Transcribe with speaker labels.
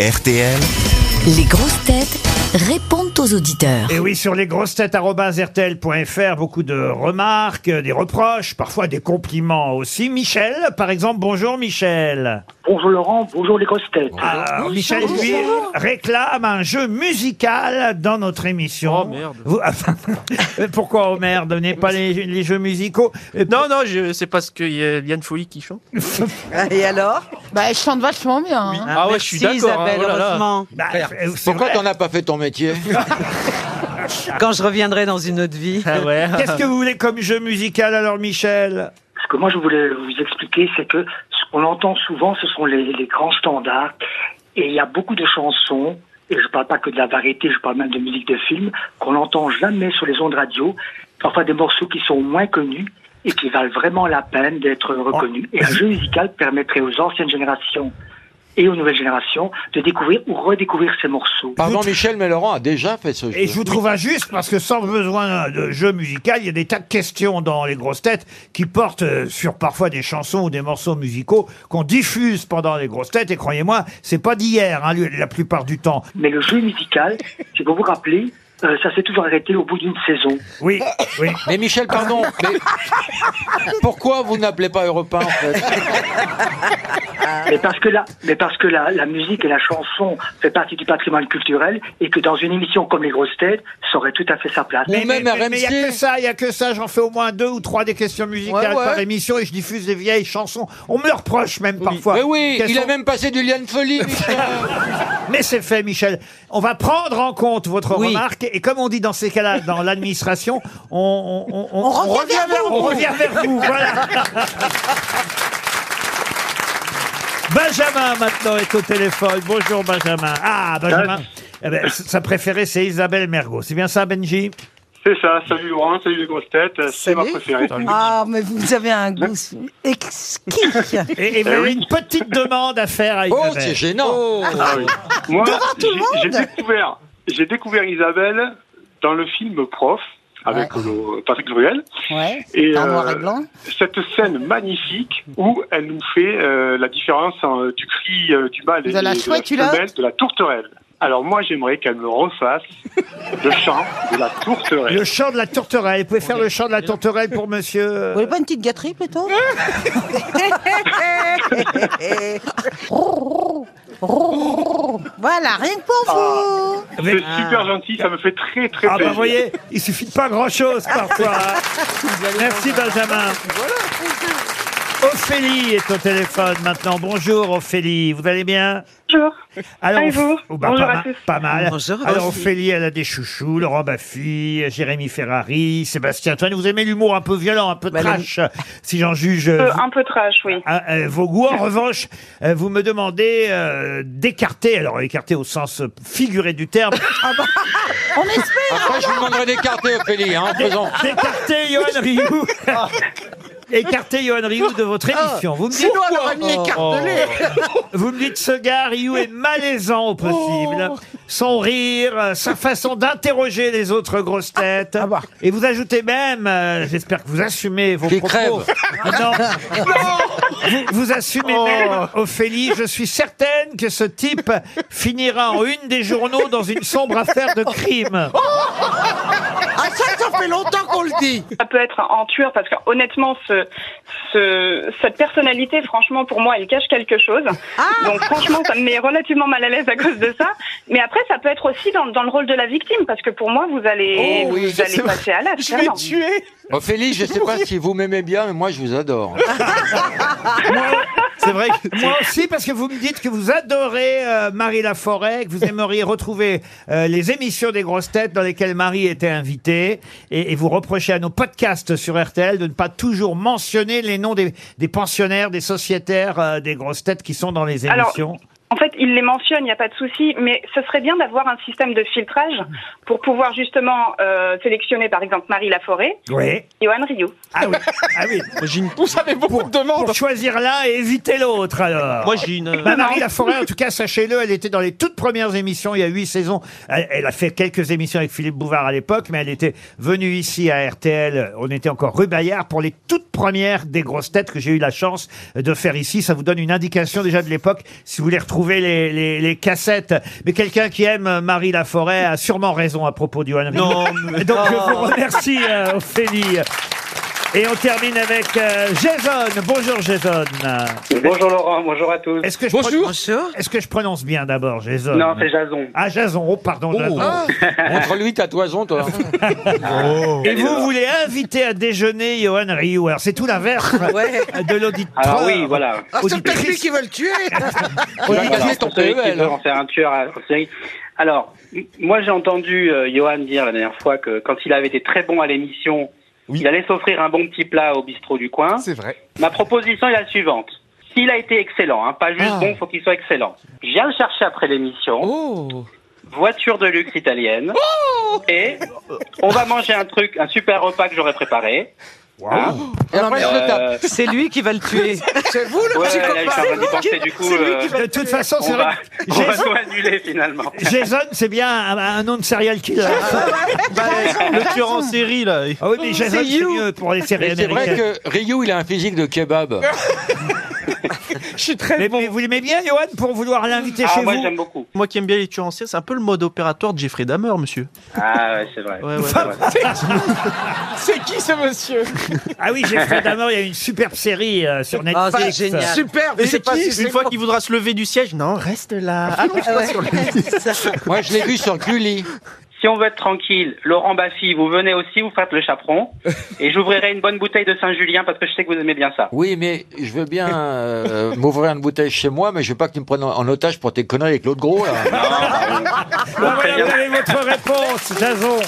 Speaker 1: RTL.
Speaker 2: Les grosses têtes répondent aux auditeurs.
Speaker 3: Et oui, sur lesgrossetêtes.rtl.fr, beaucoup de remarques, euh, des reproches, parfois des compliments aussi. Michel, par exemple, bonjour Michel.
Speaker 4: Bonjour Laurent, bonjour les grosses têtes.
Speaker 3: Alors, Michel, lui, réclame un jeu musical dans notre émission.
Speaker 5: Oh, merde.
Speaker 3: Vous- Pourquoi, oh merde, n'est pas les, les jeux musicaux Euh,
Speaker 5: Non, non, je- c'est parce qu'il y a Liane Folie qui chante.
Speaker 6: Et alors
Speaker 7: Bah, elle chante vachement bien. hein.
Speaker 5: Ah ouais, je suis d'accord, hein,
Speaker 6: Isabelle,
Speaker 5: oh là là.
Speaker 6: heureusement.
Speaker 3: bah, euh, c'est
Speaker 8: Pourquoi
Speaker 3: vrai.
Speaker 8: t'en as pas fait ton métier
Speaker 6: Quand je reviendrai dans une autre vie.
Speaker 5: Ah ouais.
Speaker 3: Qu'est-ce que vous voulez comme jeu musical alors, Michel
Speaker 4: Ce que moi je voulais vous expliquer, c'est que ce qu'on entend souvent, ce sont les, les grands standards. Et il y a beaucoup de chansons, et je parle pas que de la variété, je parle même de musique de film, qu'on n'entend jamais sur les ondes radio. Parfois des morceaux qui sont moins connus et qui valent vraiment la peine d'être reconnus. Et un jeu musical permettrait aux anciennes générations et aux nouvelles générations de découvrir ou redécouvrir ces morceaux.
Speaker 8: Pardon Michel, mais Laurent a déjà fait ce jeu.
Speaker 3: Et je vous trouve injuste parce que sans besoin de jeu musical, il y a des tas de questions dans les grosses têtes qui portent euh, sur parfois des chansons ou des morceaux musicaux qu'on diffuse pendant les grosses têtes. Et croyez-moi, c'est pas d'hier, hein, la plupart du temps.
Speaker 4: Mais le jeu musical, si vous vous rappelez, euh, ça s'est toujours arrêté au bout d'une saison.
Speaker 3: Oui, oui.
Speaker 8: Mais Michel, pardon, mais pourquoi vous n'appelez pas Europe 1 en fait
Speaker 4: Mais parce que la, mais parce que la, la musique et la chanson fait partie du patrimoine culturel et que dans une émission comme les grosses têtes, ça aurait tout à fait sa place.
Speaker 8: Ou même
Speaker 3: mais- mais il y a que
Speaker 8: RMC
Speaker 3: ça, il y a que ça. J'en fais au moins deux ou trois des questions musicales
Speaker 8: Ouais, ouais.
Speaker 3: par émission et je diffuse des vieilles chansons. On me le reproche même parfois.
Speaker 8: Mais oui,
Speaker 3: qu'elles
Speaker 8: il a
Speaker 3: sont-
Speaker 8: même passé du Liane Folie, Michel
Speaker 3: Mais c'est fait, Michel. On va prendre en compte votre
Speaker 6: Oui.
Speaker 3: remarque. Et comme on dit dans ces cas-là, dans l'administration, on, on, on, on- on revient, vers vous. On revient vers vous. Voilà. Benjamin, maintenant, est au téléphone. Bonjour, Benjamin. Ah, Benjamin. Eh ben, s- sa préférée, c'est Isabelle Mergot. C'est bien ça, Benji
Speaker 9: C'est ça, salut Laurent, salut les grosses têtes, c'est ma
Speaker 6: Salut.
Speaker 9: préférée.
Speaker 6: Ah, mais vous avez un goût exquis.
Speaker 3: Et, et vous avez une petite demande à faire à
Speaker 8: Eh Oh,
Speaker 3: Isabelle.
Speaker 8: c'est gênant
Speaker 9: Ah oui. Moi,
Speaker 6: tout le
Speaker 9: j'ai-
Speaker 6: monde
Speaker 9: j'ai découvert, j'ai découvert Isabelle dans le film Prof avec le- Patrick Bruel
Speaker 7: Ouais.
Speaker 9: et
Speaker 7: En noir
Speaker 9: euh,
Speaker 7: et blanc.
Speaker 9: cette scène magnifique où elle nous fait euh, la différence hein, du cri euh, du mâle et
Speaker 7: De la chouette, tu l'as
Speaker 9: femelle, de la tourterelle. Alors moi, j'aimerais qu'elle me refasse le chant de la tourterelle.
Speaker 3: Le chant de la tourterelle. Vous pouvez faire le chant de la tourterelle pour monsieur. euh,
Speaker 6: Vous voulez pas une petite gâterie plutôt Voilà, rien que pour vous.
Speaker 3: Mais-
Speaker 9: C'est super gentil, ça me fait très très
Speaker 3: Ah bah
Speaker 9: plaisir.
Speaker 3: vous voyez, il suffit de pas grand-chose parfois. hein. Merci Benjamin. Ophélie est au téléphone maintenant. Bonjour Ophélie, vous allez bien
Speaker 10: Bonjour.
Speaker 3: Alors,
Speaker 10: Allez, vous
Speaker 3: oh, bah,
Speaker 10: Bonjour
Speaker 3: pas,
Speaker 10: à
Speaker 3: ma-
Speaker 10: tous.
Speaker 3: pas mal.
Speaker 6: Bonjour,
Speaker 3: Alors
Speaker 6: Ophélie.
Speaker 3: Ophélie, elle a des chouchous, Laurent Baffy, Jérémy Ferrari, Sébastien Toine. Vous aimez l'humour un peu violent, un peu
Speaker 6: Bah,
Speaker 3: trash, si j'en juge
Speaker 10: Euh,
Speaker 3: euh,
Speaker 10: un peu trash, oui.
Speaker 3: ah, euh, vos goûts. En revanche, euh, vous me demandez euh, d'écarter, alors écarter au sens euh, figuré du terme,
Speaker 6: On espère.
Speaker 8: Après, je vous demanderai d'écarter Ophélie, hein, en faisant.
Speaker 3: d'écarter Johan Rioux. Ah, Écarter Johan Rioux de votre émission. Vous me dites, Oh.
Speaker 6: on aurait mis écartelé.
Speaker 3: vous me dites ce gars, Rioux est malaisant au possible. Son rire, euh, sa façon d'interroger les autres grosses têtes. Et vous ajoutez même, euh, j'espère que vous assumez vos
Speaker 8: Qu'il
Speaker 3: propos. Non. Oh. Vous, vous assumez même, Ophélie, je suis certaine que ce type finira en une des journaux dans une sombre affaire de crime.
Speaker 6: Ah ça, ça fait longtemps qu'on le dit.
Speaker 10: Ça peut être en tueur parce que honnêtement, ce, ce- cette personnalité, franchement, pour moi, elle cache quelque chose. Donc franchement, ça me met relativement mal à l'aise à cause de ça. Mais après, ça peut être aussi dans, dans le rôle de la victime parce que pour moi, vous allez,
Speaker 8: Oh oui,
Speaker 10: vous allez
Speaker 3: Bah,
Speaker 10: passer à l'âge. clairement.
Speaker 8: Ophélie, je sais pas si vous m'aimez bien, mais moi je vous adore.
Speaker 3: C'est vrai. Moi aussi, parce que vous me dites que vous adorez euh, Marie Laforêt, que vous aimeriez retrouver euh, les émissions des grosses têtes dans lesquelles Marie était invitée, et, et vous reprochez à nos podcasts sur RTL de ne pas toujours mentionner les noms des, des pensionnaires, des sociétaires euh, des grosses têtes qui sont dans les
Speaker 10: Alors,
Speaker 3: émissions.
Speaker 10: En fait, il les mentionne, il n'y a pas de souci, mais ce serait bien d'avoir un système de filtrage pour pouvoir justement euh, sélectionner, par exemple, Marie Laforêt,
Speaker 3: oui.
Speaker 10: Johan Rioux.
Speaker 3: Ah oui. Ah oui.
Speaker 5: Vous avez beaucoup de demandes.
Speaker 3: Pour choisir l'un et éviter l'autre, alors.
Speaker 5: Moi, j'ai une.
Speaker 3: Bah, Marie Laforêt, en tout cas, sachez-le, elle était dans les toutes premières émissions, il y a huit saisons. Elle, elle a fait quelques émissions avec Philippe Bouvard à l'époque, mais elle était venue ici à RTL, on était encore rue Bayard, pour les toutes premières des grosses têtes que j'ai eu la chance de faire ici. Ça vous donne une indication déjà de l'époque. Si vous voulez retrouver retrouver les, les- les cassettes. Mais quelqu'un qui aime Marie Laforêt a sûrement raison à propos du One
Speaker 5: Non, mais-
Speaker 3: Donc je vous
Speaker 5: Oh.
Speaker 3: remercie, euh, Ophélie. Et on termine avec euh, Jason. Bonjour Jason.
Speaker 1: Bonjour Laurent, bonjour à tous.
Speaker 3: Est-ce que je
Speaker 1: Bonjour.
Speaker 3: prononce, est-ce que je prononce bien d'abord Jason
Speaker 1: Non, c'est Jason.
Speaker 3: Ah Jason, oh pardon Jason.
Speaker 8: Entre lui, t'as toison, toi.
Speaker 3: Et vous voulez inviter à déjeuner Johan Rioux. Alors c'est tout l'inverse de l'auditeur.
Speaker 1: Alors oui, voilà.
Speaker 11: Ah, c'est peut-être lui
Speaker 3: Auditrice.
Speaker 11: qui veut le tuer
Speaker 1: Voilà,
Speaker 11: Il a gagné
Speaker 1: alors, pour
Speaker 8: E
Speaker 1: ceux qui
Speaker 11: E
Speaker 1: veulent en faire un tueur à- en série. Alors, m- moi j'ai entendu euh, Johan dire la dernière fois que quand il avait été très bon à l'émission, il allait s'offrir un bon petit plat au bistrot du coin. C'est vrai. Ma proposition est la suivante. S'il a été excellent, hein, pas
Speaker 6: Ah.
Speaker 1: juste bon, faut qu'il soit excellent. Je viens le chercher après l'émission.
Speaker 6: Oh.
Speaker 8: Oh.
Speaker 1: Voiture de luxe italienne.
Speaker 6: Oh.
Speaker 1: Et on va manger un truc, un super repas que j'aurais préparé. Hein
Speaker 6: Et après, je le tape.
Speaker 1: Euh,
Speaker 6: C'est lui qui va le tuer.
Speaker 1: C'est vous le Ouais, petit là, copain. je suis en train d'y penser,
Speaker 6: C'est lui
Speaker 1: du
Speaker 6: qui-
Speaker 1: coup,
Speaker 6: c'est lui
Speaker 1: euh,
Speaker 6: qui va le
Speaker 3: De toute
Speaker 6: tuer.
Speaker 3: façon, c'est
Speaker 1: on
Speaker 3: vrai.
Speaker 1: va,
Speaker 3: que
Speaker 1: on va
Speaker 3: Jason-
Speaker 1: tout annuler finalement.
Speaker 3: Jason, c'est bien un, un nom de serial killer.
Speaker 6: Bah,
Speaker 5: le tueur en série, là.
Speaker 3: Ah oui, mais Jason, Ah. c'est mieux pour les séries
Speaker 8: Mais C'est vrai
Speaker 3: américaines.
Speaker 8: que Ryu, il a un physique de kebab.
Speaker 3: Je suis très bon. vous l'aimez bien, Johan, pour vouloir l'inviter
Speaker 1: Ah,
Speaker 3: chez vous
Speaker 1: beaucoup.
Speaker 5: Moi qui aime bien les tueurs en série, c'est un peu le mode opératoire de Jeffrey Dahmer, monsieur.
Speaker 1: Ah ouais, c'est vrai.
Speaker 5: Ouais, ouais,
Speaker 1: C'est vrai.
Speaker 5: C'est qui ce monsieur
Speaker 3: Ah oui, Jeffrey Dahmer, il y a une superbe série euh, sur Netflix. Ah,
Speaker 11: Super, mais
Speaker 5: Mais
Speaker 11: je sais
Speaker 5: c'est
Speaker 11: pas
Speaker 5: qui
Speaker 11: si c'est
Speaker 5: Une fois qu'il voudra se lever du siège, non, reste là. Ah non, je suis pas sur le
Speaker 8: Moi, je l'ai vu sur Gulli.
Speaker 1: Si on veut être tranquille, Laurent Baffy, vous venez aussi, vous faites le chaperon. Et j'ouvrirai une bonne bouteille de Saint-Julien parce que je sais que vous aimez bien ça.
Speaker 8: Oui, mais je veux bien euh, m'ouvrir une bouteille chez moi, mais je veux pas que tu me prennes en en otage pour tes conneries avec l'autre gros, là.
Speaker 3: Ah, voilà, vous avez votre réponse, Jason.